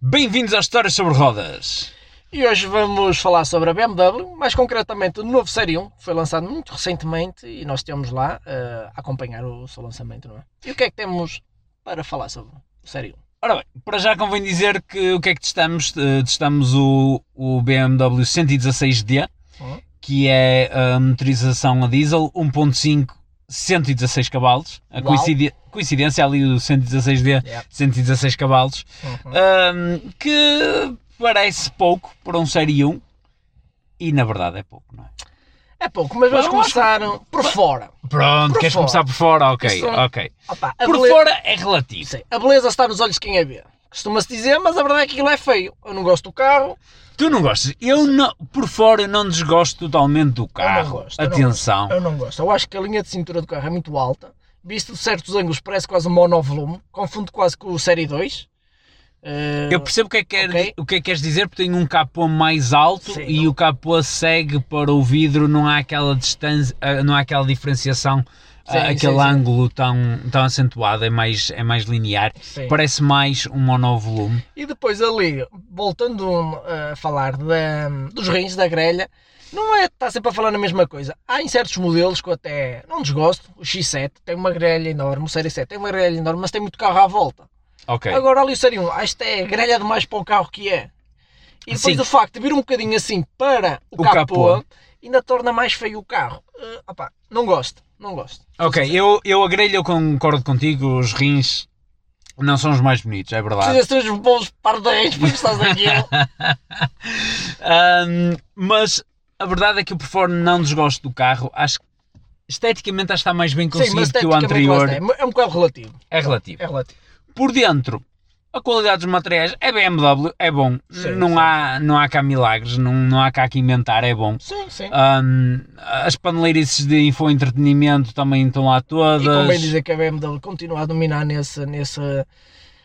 Bem-vindos às Histórias sobre Rodas. E hoje vamos falar sobre a BMW, mais concretamente o novo Série 1, que foi lançado muito recentemente e nós temos lá eh, a acompanhar o seu lançamento, não é? E o que é que temos para falar sobre o Série 1? Ora bem, para já convém dizer que o que é que testamos? Eh, Testamos o, o BMW 116D, Uhum. que é a motorização a diesel 1.5, 116 cavalos. A Uau. coincidi- coincidência ali o 116D, Yeah. 116 cavalos. Uhum. Ahm, que parece pouco para um Série 1 e na verdade é pouco, não é? É pouco, mas vamos Mas eu começar por fora. Pronto, Por queres fora. começar por fora? Ok, Isso- ok. Opa, a Por bele- fora é relativo. Sim, a beleza está nos olhos de quem a vê. Costuma-se dizer, mas a verdade é que aquilo é feio. Eu não gosto do carro, Tu não gostas? Eu, não, por fora, eu não desgosto totalmente do Eu não carro. gosto, eu não Atenção. Eu não gosto. Eu acho que a linha de cintura do carro é muito alta. Visto de certos ângulos, parece quase um monovolume. Confundo quase com o Série 2. Eh, Eu percebo o que, é que quer- Ok. o que é que queres dizer, porque tem um capô mais alto Sim, e não- o capô segue para o vidro, não há aquela distância, ah, não há aquela diferenciação, ah, Sim, aquele sim, sim. ângulo tão, tão acentuado, é mais, é mais linear. Sim. Parece mais um monovolume. E depois ali, voltando hum, a falar da- dos rins, da grelha, não é está sempre a falar na mesma coisa. Há em certos modelos que eu até não desgosto. O X7 tem uma grelha enorme, o Série 7 tem uma grelha enorme, mas tem muito carro à volta. Ok. Agora ali o Série 1, acho que é grelha demais para o carro que é. E depois Sim. o facto de vir um bocadinho assim para o, O capô, capô. ainda torna mais feio o carro. Eh, opá, não gosto, não gosto. ok, eu, eu a grelha eu concordo contigo, os rins não são os mais bonitos, é verdade. Precisas ter uns bons par de rins para gostares daquilo. Ahm, mas a verdade é que eu por fora não desgosto do carro. Acho que esteticamente acho que está mais bem conseguido que o esteticamente lá anterior. está, É, é um bocado relativo. É relativo. É relativo. Por dentro, a qualidade dos materiais é BMW, é bom. Sim, não, sim. Há, não há cá milagres, não, não há cá que inventar, é bom. Sim, sim. Ahm, as paneleirices de infoentretenimento também estão lá todas. E convém dizer que a BMW continua a dominar nesse, nesse,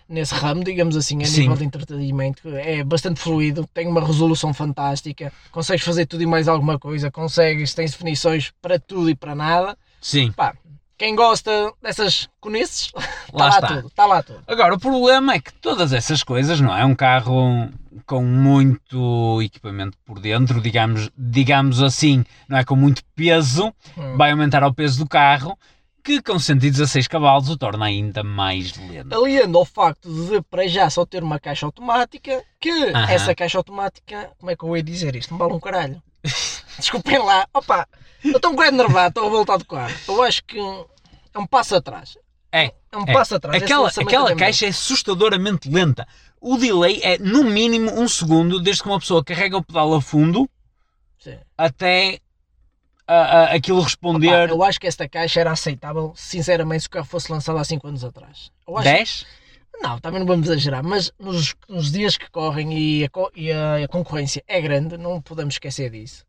nesse ramo, digamos assim, a Sim. nível de entretenimento. É bastante fluido, tem uma resolução fantástica, consegues fazer tudo e mais alguma coisa, consegues, tens definições para tudo e para nada. Sim, Pá, quem gosta dessas conices, está lá lá, está. tudo, está lá tudo. Agora, o problema é que todas essas coisas, não é? Um carro com muito equipamento por dentro, digamos, digamos assim, não é? Com muito peso, Hum. vai aumentar ao peso do carro, que com 116 cavalos o torna ainda mais lento. Aliando ao facto de para já só ter uma caixa automática, que Aham. essa caixa automática, como é que eu ia dizer isto? Me vale um caralho. Desculpem lá, opa, eu estou um bocado nervado, estou a voltar do carro. Eu acho que é um passo atrás. É, É um é. passo atrás. esse Aquela, lançamento aquela da BMW. caixa é assustadoramente lenta. O delay é no mínimo um segundo desde que uma pessoa carrega o pedal a fundo Sim. até a- a- aquilo Pá, responder eu acho que esta caixa era aceitável, sinceramente, se o carro fosse lançado há 5 anos atrás. Eu acho 10. Não, também não vamos exagerar, mas nos, nos dias que correm e, a, co- e a- a concorrência é grande, não podemos esquecer disso.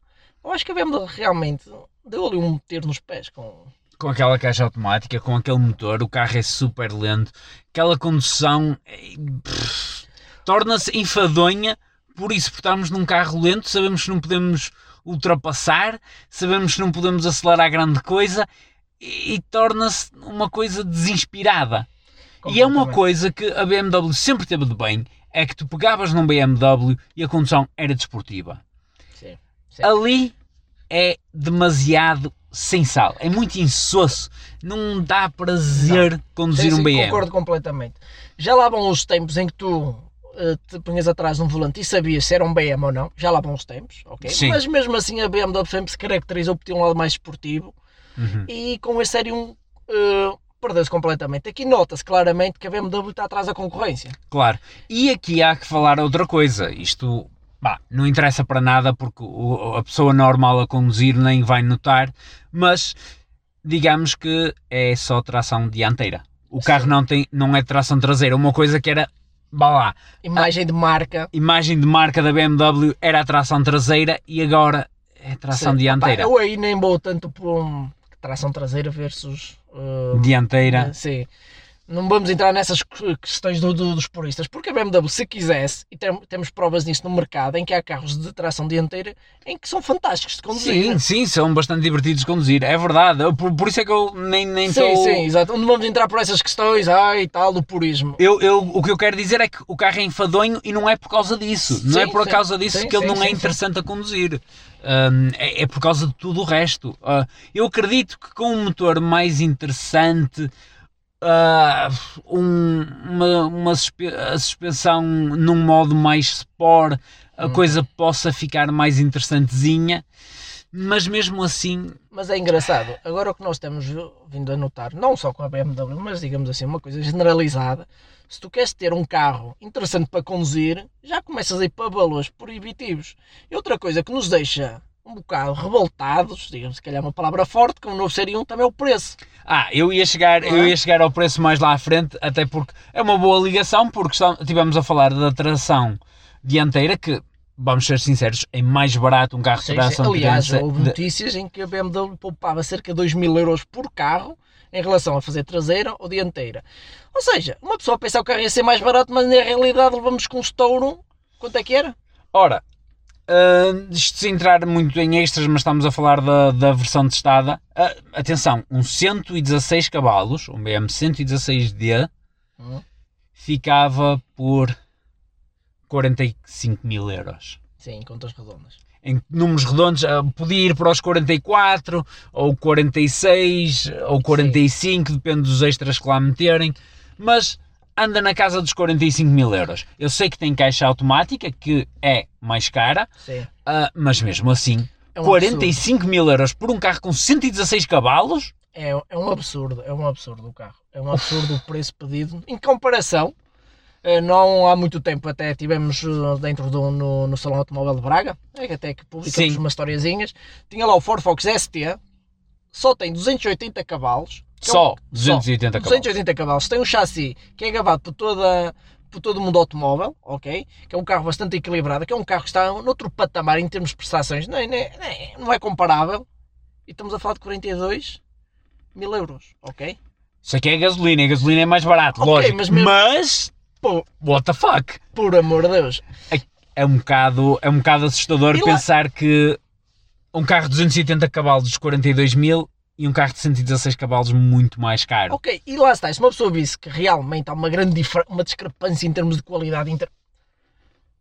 Eu acho que a BMW realmente deu ali um tiro nos pés com. com aquela caixa automática, com aquele motor, o carro é super lento, aquela condução eh, pff, torna-se enfadonha por isso, por estarmos num carro lento, sabemos que não podemos ultrapassar, sabemos que não podemos acelerar grande coisa e, e torna-se uma coisa desinspirada. E é uma completamente. coisa que a BMW sempre teve de bem, é que tu pegavas num BMW e a condução era desportiva. Sim, sim. Ali é demasiado sem sal, é muito insosso, não dá prazer conduzir Sim, um sim, BM. Concordo completamente. Já lá vão os tempos em que tu eh, te punhas atrás de um volante e sabias se era um BM ou não. Já lá vão os tempos, ok? Sim. Mas mesmo assim a BMW sempre se caracterizou por ter um lado mais esportivo Uhum. e com a série 1 eh, perdeu-se completamente. Aqui nota-se claramente que a BMW está atrás da concorrência. Claro. E aqui há que falar outra coisa. Isto pá, não interessa para nada porque o- a pessoa normal a conduzir nem vai notar, mas digamos que é só tração dianteira. O carro Sim. não, tem, não é tração traseira. Uma coisa que era, vá lá, Imagem de marca. imagem de marca da BMW era a tração traseira e agora é tração Sim. dianteira. Pá, eu aí nem vou tanto por um tração traseira versus. eh, Dianteira. Sim. Não vamos entrar nessas que- questões do- do- dos puristas, porque a BMW, se quisesse, e tem- temos provas disso no mercado, em que há carros de tração dianteira em que são fantásticos de conduzir. né? Sim, sim, são bastante divertidos de conduzir, é verdade. Eu- por, por isso é que eu nem nem sim, estou- sim, exato. Não vamos entrar por essas questões, ai tal, do purismo. Eu, eu, o que eu quero dizer é que o carro é enfadonho e não é por causa disso. não é Sim, por sim. causa disso Sim, que ele sim, não é sim, interessante a conduzir. Hum, é, é por causa de tudo o resto. Ah, eu acredito que com um motor mais interessante, ah, um- uma, uma suspe- a suspensão num modo mais sport, a Hum. coisa possa ficar mais interessantezinha. Mas mesmo assim, Mas é engraçado, agora o que nós temos vindo a notar, não só com a BMW, mas digamos assim, uma coisa generalizada, se tu queres ter um carro interessante para conduzir, já começas a ir para valores proibitivos. E outra coisa que nos deixa um bocado revoltados, digamos, se calhar é uma palavra forte, como não seria um também é o preço. Ah, eu ia, chegar, Não eu é? ia chegar ao preço mais lá à frente, até porque é uma boa ligação, porque está- estivemos a falar da tração dianteira, que, vamos ser sinceros, é mais barato um carro de Sim, sim. tração Aliás, diante- houve de- notícias em que a BMW poupava cerca de 2 mil euros por carro em relação a fazer traseira ou dianteira. Ou seja, uma pessoa pensa que o carro ia ser mais barato, mas na realidade levamos com um estouro. Quanto é que era? Ora, ah, isto se entrar muito em extras, mas estamos a falar da, da versão testada. Ah, atenção, um 116 cavalos, um BM 116D, Hum. ficava por 45 mil euros. Sim, contas redondas. em números redondos, ah, podia ir para os 44, ou 46, ou 45, depende dos extras que lá meterem, mas anda na casa dos 45 mil euros. Eu sei que tem caixa automática, que é mais cara, Sim. ah, mas mesmo assim, É um 45 mil euros por um carro com 116 cavalos? absurdo. É, é um absurdo, é um absurdo o carro. É um absurdo o preço pedido. Em comparação, eh, não há muito tempo até tivemos eh, dentro do, no, no Salão Automóvel de Braga, eh, que até que publicamos Sim. umas historiazinhas, tinha lá o Ford Focus ST, só tem 280 cavalos. que é um- Só 280 cavalos. 280 cavalos. Tem um chassi que é gravado por, toda, por todo o mundo automóvel, ok? Que é um carro bastante equilibrado, que é um carro que está noutro patamar em termos de prestações, não é, não é- não é- não é comparável. E estamos a falar de 42 mil euros, ok? Isso aqui é gasolina, e a gasolina é mais barato, Ok, lógico, mas, mas mesmo- Pô, what the fuck? por amor de Deus. é um bocado, é um bocado assustador E lá- pensar que um carro de 280 cavalos dos 42 mil e um carro de 116 cavalos muito mais caro. Ok, e lá está, se uma pessoa visse que realmente há uma grande difer- uma discrepância em termos de qualidade, inter...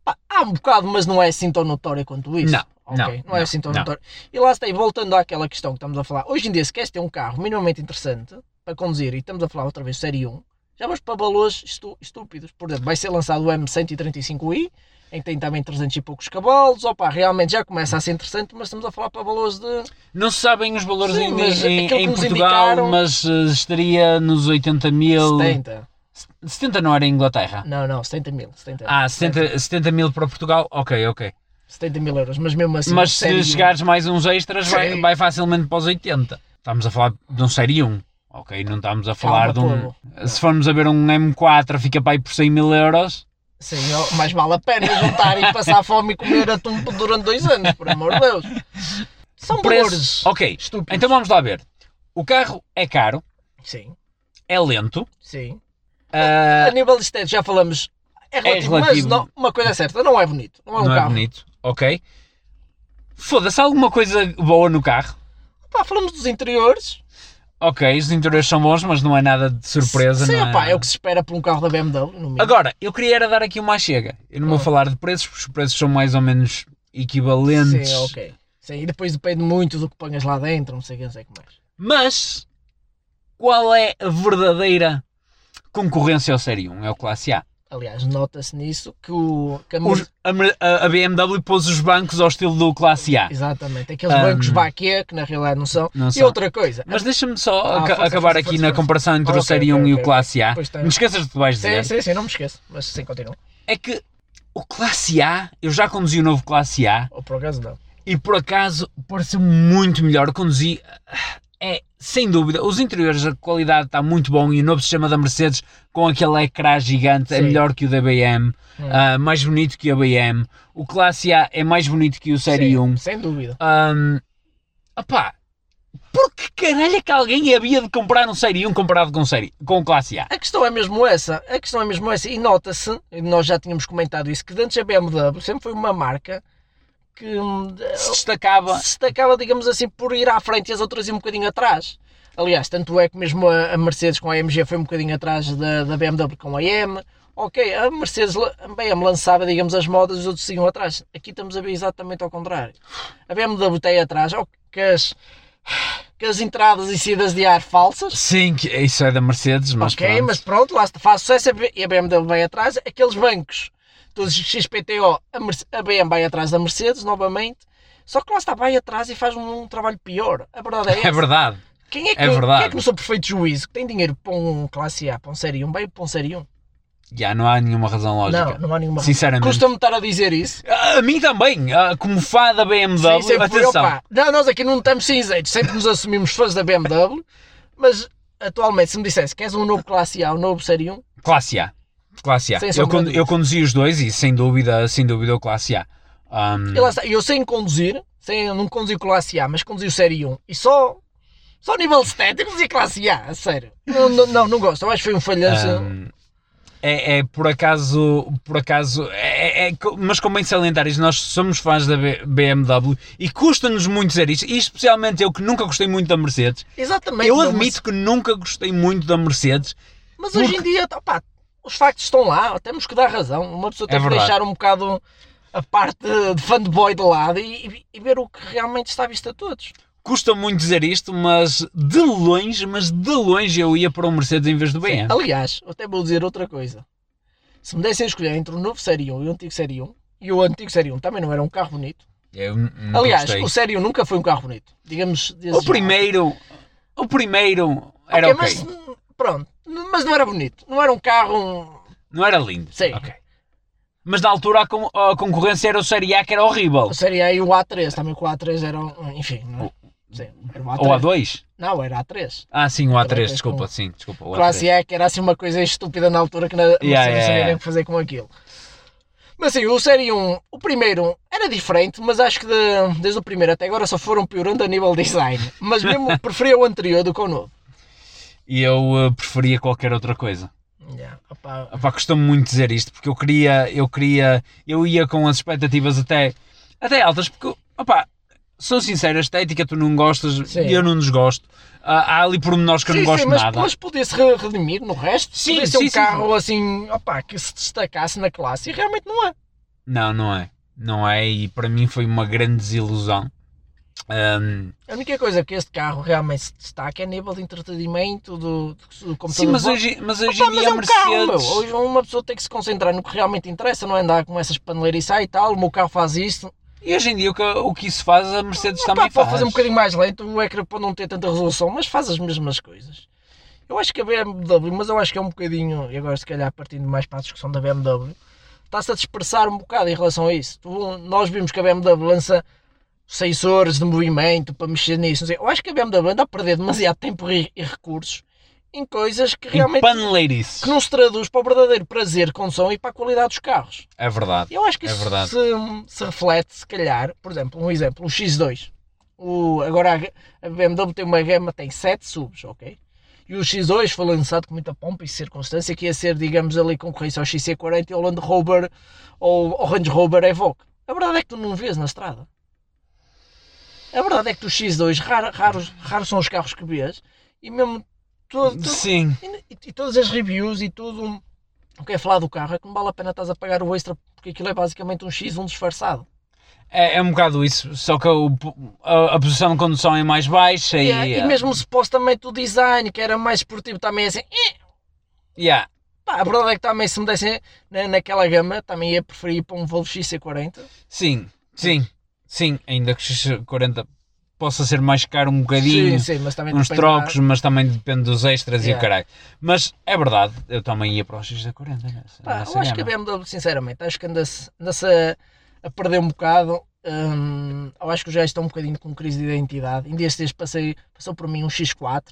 Pá, há um bocado, mas não é assim tão notória quanto isso. Não, Ok, não, não, não, é assim tão não. notório. E lá está, e voltando àquela questão que estamos a falar, hoje em dia, se queres ter um carro minimamente interessante para conduzir, e estamos a falar outra vez Série 1, já vamos para valores estu- estúpidos. Por exemplo, vai ser lançado o M135i, em que tem também 300 e poucos cavalos. Opa, realmente já começa a ser interessante, mas estamos a falar para valores de. Não se sabem os valores Sim, em, mas em- aquilo que em nos Portugal, indicaram- mas eh, estaria nos 80 mil. 70. 70 não era em Inglaterra? Não, não, 70 mil. 70, Ah, 70, 70 mil para Portugal? Ok, ok. 70 mil euros, mas mesmo assim. Mas se série chegares mais uns extras, vai, Sim. vai facilmente para os 80. Estamos a falar de um Série 1. Ok, não estamos a falar de um. Calma, Se formos a ver um M4, fica para aí por 100 mil euros. Sim, ó, mais vale a pena juntar e passar fome e comer atum durante dois anos, por amor de Deus. São Preços. valores Ok, estúpidos. então vamos lá ver. O carro é caro, Sim, é lento. sim. ah, A nível de estético já falamos, é relativo, relativo. mas não- uma coisa é certa, não é bonito. Não é um não é carro. bonito, ok. Foda-se, há alguma coisa boa no carro? Pá, falamos dos interiores. Ok, os interiores são bons, mas não é nada de surpresa. sim, não é? pá, é o que se espera por um carro da BMW, no mínimo. Agora, eu queria era dar aqui uma chega. Eu não vou Ah. falar de preços, porque os preços são mais ou menos equivalentes. Sim, ok. Sim, e depois depende muito do que ponhas lá dentro, não sei o que, não sei o que mais. Mas, qual é a verdadeira concorrência ao Série 1? É o Classe A. Aliás, nota-se nisso que, o, que a Os- a, mer- a- a BMW pôs os bancos ao estilo do Classe A. Exatamente, aqueles Ahm. bancos baquê que na realidade não são. Não e são. outra coisa, Mas deixa-me só Ah, aca- força, acabar força, aqui força, na força. comparação entre o Ok, Série 1 ok, e o ok. Classe A. Pois tem. Não te esqueças do que tu vais sim, dizer. sim, sim, não me esqueço, mas sim, continua. É que o Classe A, eu já conduzi o novo Classe A Ou por acaso não. e por acaso pareceu muito melhor. Conduzi, é sem dúvida, os interiores, a qualidade está muito bom e o novo sistema da Mercedes com aquele ecrã gigante é Sim. melhor que o da BM, Hum. ah, mais bonito que a BM. O Classe A é mais bonito que o Série Sim, 1. Sem dúvida. Um, opá, Porque caralho é que alguém havia de comprar um Série 1 comparado com um série, com um Classe A? A questão é mesmo essa, a questão é mesmo essa, e nota-se, e nós já tínhamos comentado isso, que antes a BMW sempre foi uma marca que hum, Se destacava. se destacava, digamos assim, por ir à frente e as outras ir um bocadinho atrás. Aliás, tanto é que mesmo a, a Mercedes com a AMG foi um bocadinho atrás da, da BMW com a AM. Ok, a Mercedes la- a BM lançava, digamos, as modas e os outros seguiam atrás. Aqui estamos a ver exatamente ao contrário. A BMW está aí atrás, ó, que as, que as entradas e saídas de ar falsas. Sim, que isso é da Mercedes, mas ok, pronto. mas pronto, lá está, faz sucesso a B- e a BMW vai atrás. Aqueles bancos, todos os XPTO, a, Merce- a BM vai atrás da Mercedes novamente. Só que lá está, vai atrás e faz um, trabalho pior. A verdade é essa. É verdade. Quem é que, É verdade. Quem é que não sou perfeito juízo? Que tem dinheiro para um classe A, para um série 1, bem para um série 1? Já não há nenhuma razão Não, lógica. não há nenhuma razão. Sinceramente. Custa-me estar a dizer isso. A mim também, ah, como fã da BMW, Sim, é sempre fui, atenção. opá. Não, nós aqui não estamos cinzentos, sempre nos assumimos fãs da BMW, mas atualmente, se me dissesse que és um novo classe A, um novo série 1, Classe A. Classe A. Sem Eu, sombra con- de eu conduzi os dois e sem dúvida, sem dúvida o Classe A. Ahm, e lá está, eu sem conduzir, sem, não conduzi classe A, mas conduzi o série 1, e só, só a nível estético conduzi classe A, a sério. Não, não, não, não gosto, eu acho que foi um falhanço. ahm, é, é por acaso, por acaso, é- é- é co- mas como bem salientares, nós somos fãs da B- BMW e custa-nos muito dizer isto, e especialmente eu que nunca gostei muito da Mercedes. Exatamente. Eu não, mas- admito que nunca gostei muito da Mercedes, Mas hoje em dia, tá, pá, os factos estão lá, temos que dar razão. Uma pessoa tem É que verdade. deixar um bocado a parte de fanboy de lado e, e ver o que realmente está à vista de todos. custa muito dizer isto, mas de longe, mas de longe eu ia para o Mercedes em vez do BM. Aliás, eu até vou dizer outra coisa. Se me dessem a escolher entre o novo Série 1 e o antigo Série 1, e o antigo Série 1 também não era um carro bonito. Eu n- nunca Aliás, gostei. o Série 1 nunca foi um carro bonito. Digamos. O primeiro. O primeiro era ok. Mas, pronto, mas não era bonito. Não era um carro. Não era lindo. Sim. Ok. Mas na altura a, con- a concorrência era o Série A que era horrível. O Série A e o A3, também que o A3 era. um- Enfim, não é? Sim, era o Ou a A3. 2? Não, era A3. Ah, sim, o Era A3, o A3, desculpa, com- sim, desculpa. O Classe A3. A, que era assim uma coisa estúpida na altura que na Mercedes Yeah, yeah, não sabia yeah. nem o que fazer com aquilo. Mas sim, o Série 1, o primeiro era diferente, mas acho que de- desde o primeiro até agora só foram piorando a nível design. Mas mesmo preferia o anterior do que o novo. E eu eh, preferia qualquer outra coisa. Yeah, opá. Epá, costumo muito dizer isto, porque eu queria, eu queria, eu ia com as expectativas até, até altas, porque, opá, sou sincero, a estética tu não gostas, Sim. eu não desgosto. Ah, há ali pormenores que eu Sim, não gosto sim, mas, nada. mas podia-se re- redimir no resto. Sim, podia ser sim, um sim. carro assim, opá, que se destacasse na classe e realmente não é. Não, não é. Não é, e para mim foi uma grande desilusão. Ahm, A única coisa que este carro realmente se destaca é a nível de entretenimento do, do, do computador. sim, mas de bordo. hoje, mas hoje Opa, em mas dia é a um carro, meu. Mercedes. Hoje uma pessoa tem que se concentrar no que realmente interessa, não é andar com essas paneleiras e tal, o meu carro faz isto. E hoje em dia o que, o que isso faz, a Mercedes Opa, também pode faz. fazer um bocadinho mais lento, o ecrã pode não ter tanta resolução, mas faz as mesmas coisas. Eu acho que a BMW, mas eu acho que é um bocadinho, e agora se calhar partindo mais para a discussão da BMW, está-se a dispersar um bocado em relação a isso. Tu- nós vimos que a BMW lança sensores de movimento para mexer nisso. não sei. Eu acho que a BMW anda a perder demasiado tempo e e recursos em coisas que Em realmente paneleirices. que não se traduz para o verdadeiro prazer que condução e para a qualidade dos carros. É verdade. Eu acho que É isso verdade. se, hum, se reflete, se calhar, por exemplo, um exemplo, o X2. O, agora a- a BMW tem uma gama, tem 7 subs, ok? E o X2 foi lançado com muita pompa e circunstância, que ia ser, digamos, ali concorrência ao XC40 e ao Land Rover ou ao Range Rover Evoque. A verdade é que tu não vês na estrada. A verdade é que o X2, raro- raros raros são os carros que vês, e mesmo todo, todo- Sim. e, e- e todas as reviews e tudo o que é falar do carro é que não vale a pena estás a pagar o extra porque aquilo é basicamente um X1 disfarçado. É, é um bocado isso. Só que o- a, a posição de condução é mais baixa E, é- e. eh, e mesmo supostamente o design que era mais esportivo também é assim. eh, Yeah. pá, a verdade é que também se me dessem na, naquela gama também ia preferir ir para um Volvo XC40. Sim, sim, sim. Ainda que o X40 possa ser mais caro um bocadinho. sim, sim, mas também Uns depende da- trocos, mas também depende dos extras e o Yeah. caralho. Mas é verdade, eu também ia para o X40 nessa. Pá, nessa Tá, eu acho que é a gama. BMW, sinceramente, acho que anda-se anda-se a, a perder um bocado. Hum, eu acho que já estão um bocadinho com crise de identidade. Em dias destes passei, passou por mim um X4.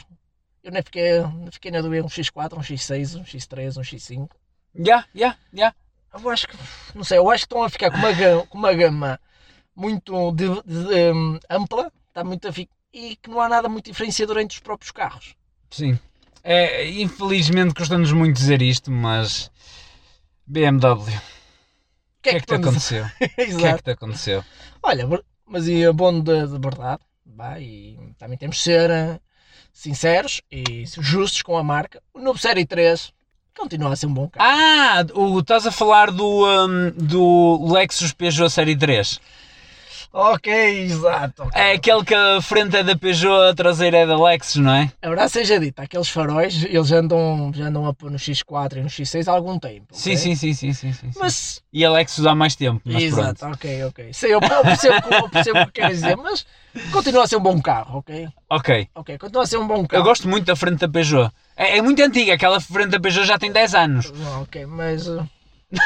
Eu nem fiquei, nem fiquei na dúvida um X4, um X6, um X3, um X5. Yeah, yeah, yeah. Eu acho que, não sei, eu acho que estão a ficar com uma gama, com uma gama muito de- de- de, hum, ampla. Está muito a fi- e que não há nada muito diferenciador entre os próprios carros. Sim. É, infelizmente custa-nos muito dizer isto, mas BMW, O o que é que te vamos- aconteceu? O que é Exato. que te aconteceu? Olha, ver- mas e a bom de, de verdade, vá, e também temos de ser eh, sinceros e justos com a marca. O Noob Série 3 continua a ser um bom carro. Ah, o, estás a falar do, hum, do Lexus Peugeot Série 3. Ah, Ok, exato. ok. É aquele que a frente é da Peugeot, a traseira é da Lexus, não é? A verdade seja dita, aqueles faróis, eles já andam, já andam a pôr no X4 e no X6 há algum tempo. Sim, ok? sim, sim, sim, sim, sim, sim. Mas E a Lexus há mais tempo, mas Exato, pronto. ok, ok. Sim, eu eu percebo, o que- eu percebo o que queres dizer, mas continua a ser um bom carro, ok? Ok. Ok, continua a ser um bom Eu carro. gosto muito da frente da Peugeot. É, é muito antiga, aquela frente da Peugeot já tem 10 anos. Ah, Ok, mas. uh,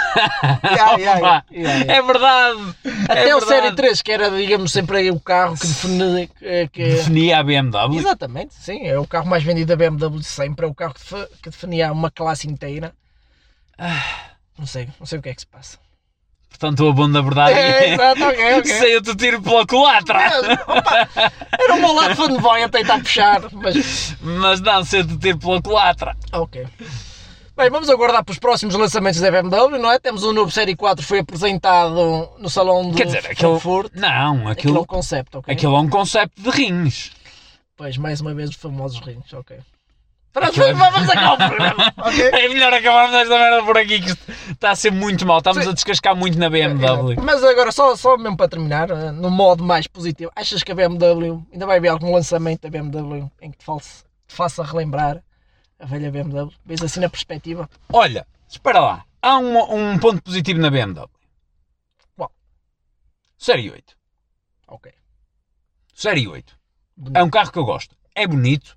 Ah, yeah, yeah, yeah, yeah, yeah. É verdade! Até é o verdade. Série 3, que era, digamos, sempre aí o carro que define. Que, que- Definia a BMW. Exatamente, sim, é o carro mais vendido da BMW de sempre, é o carro que, defe- que definia uma classe inteira. Ah, Não sei, não sei o que é que se passa. Portanto, o abono da verdade É, exato, ok, É, ok. saiu-te o tiro pela culatra. Mas, opa, era um lado fanboy a tentar puxar, mas Mas não, saiu-te o tiro pela culatra. Ok. Bem, vamos aguardar para os próximos lançamentos da BMW, não é? Temos o novo Série 4 foi apresentado no Salão de Quer dizer, aquilo... Frankfurt. Não, Aquilo é aquilo... um concepto, ok? Aquilo é um concepto de rins. Pois, mais uma vez os famosos rins, ok. Pronto, Aquilo é- vamos acabar o programa, ok? É melhor acabarmos esta merda por aqui que isto está a ser muito mal. Estamos Sim. É, a descascar muito na BMW. Mas agora, só, só mesmo para terminar, eh, no modo mais positivo, achas que a BMW, ainda vai haver algum lançamento da BMW em que te false- te faça relembrar a velha BMW? Vês assim na perspectiva? Olha, espera lá. Há um, um ponto positivo na BMW. Qual? Série 8. Ok. Série 8. Bonito. É um carro que eu gosto. É bonito.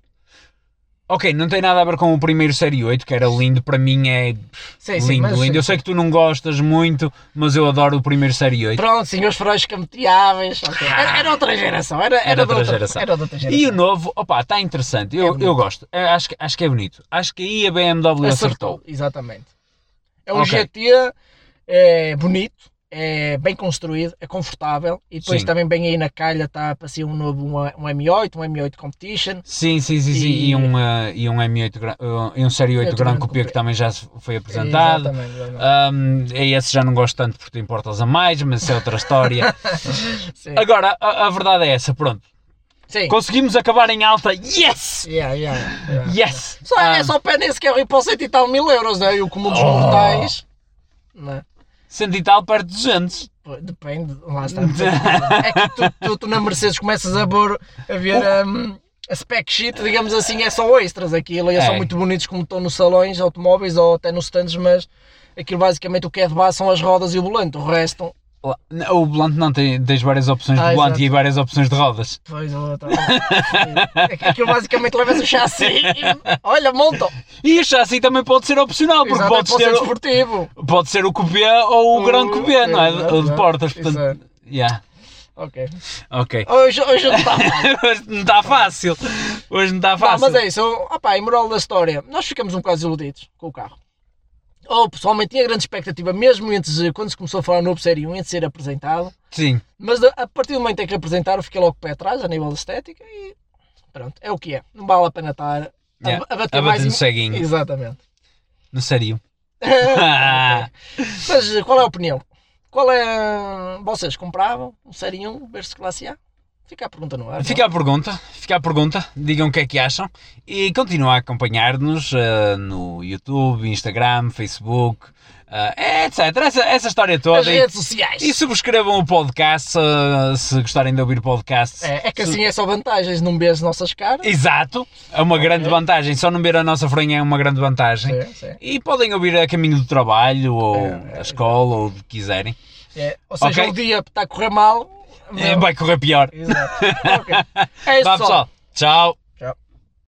Ok, não tem nada a ver com o primeiro Série 8, que era lindo. Para mim é Sim, sim, lindo, mas- lindo. Eu sei que tu não gostas muito, mas eu adoro o primeiro Série 8. Pronto, sim, os faróis campeáveis. ok. Era, era outra geração. Era, era, Ah. Era de outra outra geração. Era de E outra o geração. novo, opa, está interessante. É Eu, bonito. eu gosto. É, acho, que- acho que é bonito. Acho que aí a BMW acertou. Exatamente. É um Ok. GT é, bonito, é bem construído, é confortável. E depois Sim. também bem aí na calha está para ser um novo um, um M8, um M8 Competition. Sim, sim, sim, sim. E, E- um, eh, e um M8 gran- eh, e um Série 8 Oito Gran Gran Coupé Coupé. que também já se foi apresentado. Exatamente, exatamente. Um, é esse já não gosto tanto porque tu importas a mais, mas isso é outra história. Ah, Sim. Agora, a, a verdade é essa, pronto. Sim. Conseguimos acabar em alta. Yes! Yeah, yeah, yeah. Yes! Só, Ah, É só pé nesse carro e para o cento e tal mil euros, não é? E o comum dos Oh. mortais. Não é? cento e tal perto de 200. Pô, Depende, lá está. É que tu, tu, tu na Mercedes começas a ver, a, ver hum, a spec sheet, digamos assim, é só extras aquilo. E eles É. são muito bonitos como estão nos salões, automóveis ou até nos stands, mas aquilo basicamente o que é de base são as rodas e o volante. O resto, Lá- n- O volante não, tem, tens várias opções de Ah, volante exato. e várias opções de rodas. pois, ó, tá, é que aquilo basicamente levas o chassi e olha, monta. E o chassi também pode ser opcional, porque Exato, é podes para ser ter, o- desportivo. pode ser o coupé ou o, O- grande coupé, não é? exato, Ou de exato. portas, portanto. Exato. Yeah, Ok. ok. Hoje, hoje não está mal. Hoje não está fácil. Hoje não está Não, fácil. mas é isso. Opa, e moral da história, nós ficamos um bocado desiludidos com o carro. Ou pessoalmente tinha grande expectativa, mesmo antes, de- quando se começou a falar no novo Série 1, antes de ser apresentado. Sim. Mas da- a partir do momento em que apresentaram, fiquei logo pé atrás, a nível de estética, e pronto, é o que é. Não vale a pena estar a, Yeah, a bater A mais. bater no em- ceguinho. Exatamente. No sério. Mas qual é a opinião? Qual é. Vocês compravam um Série 1 versus Classe A? Fica a pergunta no ar. não é? Fica a pergunta, fica a pergunta, digam o que é que acham e continuem a acompanhar-nos eh, no YouTube, Instagram, Facebook, eh, etc. Essa, essa história é? As toda. E, redes sociais. e subscrevam o podcast se, se gostarem de ouvir podcasts. É, é que Se- assim é só vantagens, não vês nossas caras. Exato, é uma grande vantagem. Só não ver a nossa fronha é uma grande vantagem. Sim, sim. E podem ouvir a caminho do trabalho ou É, da escola ou o que quiserem. É, ou seja, Ok. o dia está a correr mal. Eh, Vai correr pior. Exato. Ok. É isso, Vá pessoal. pessoal, tchau.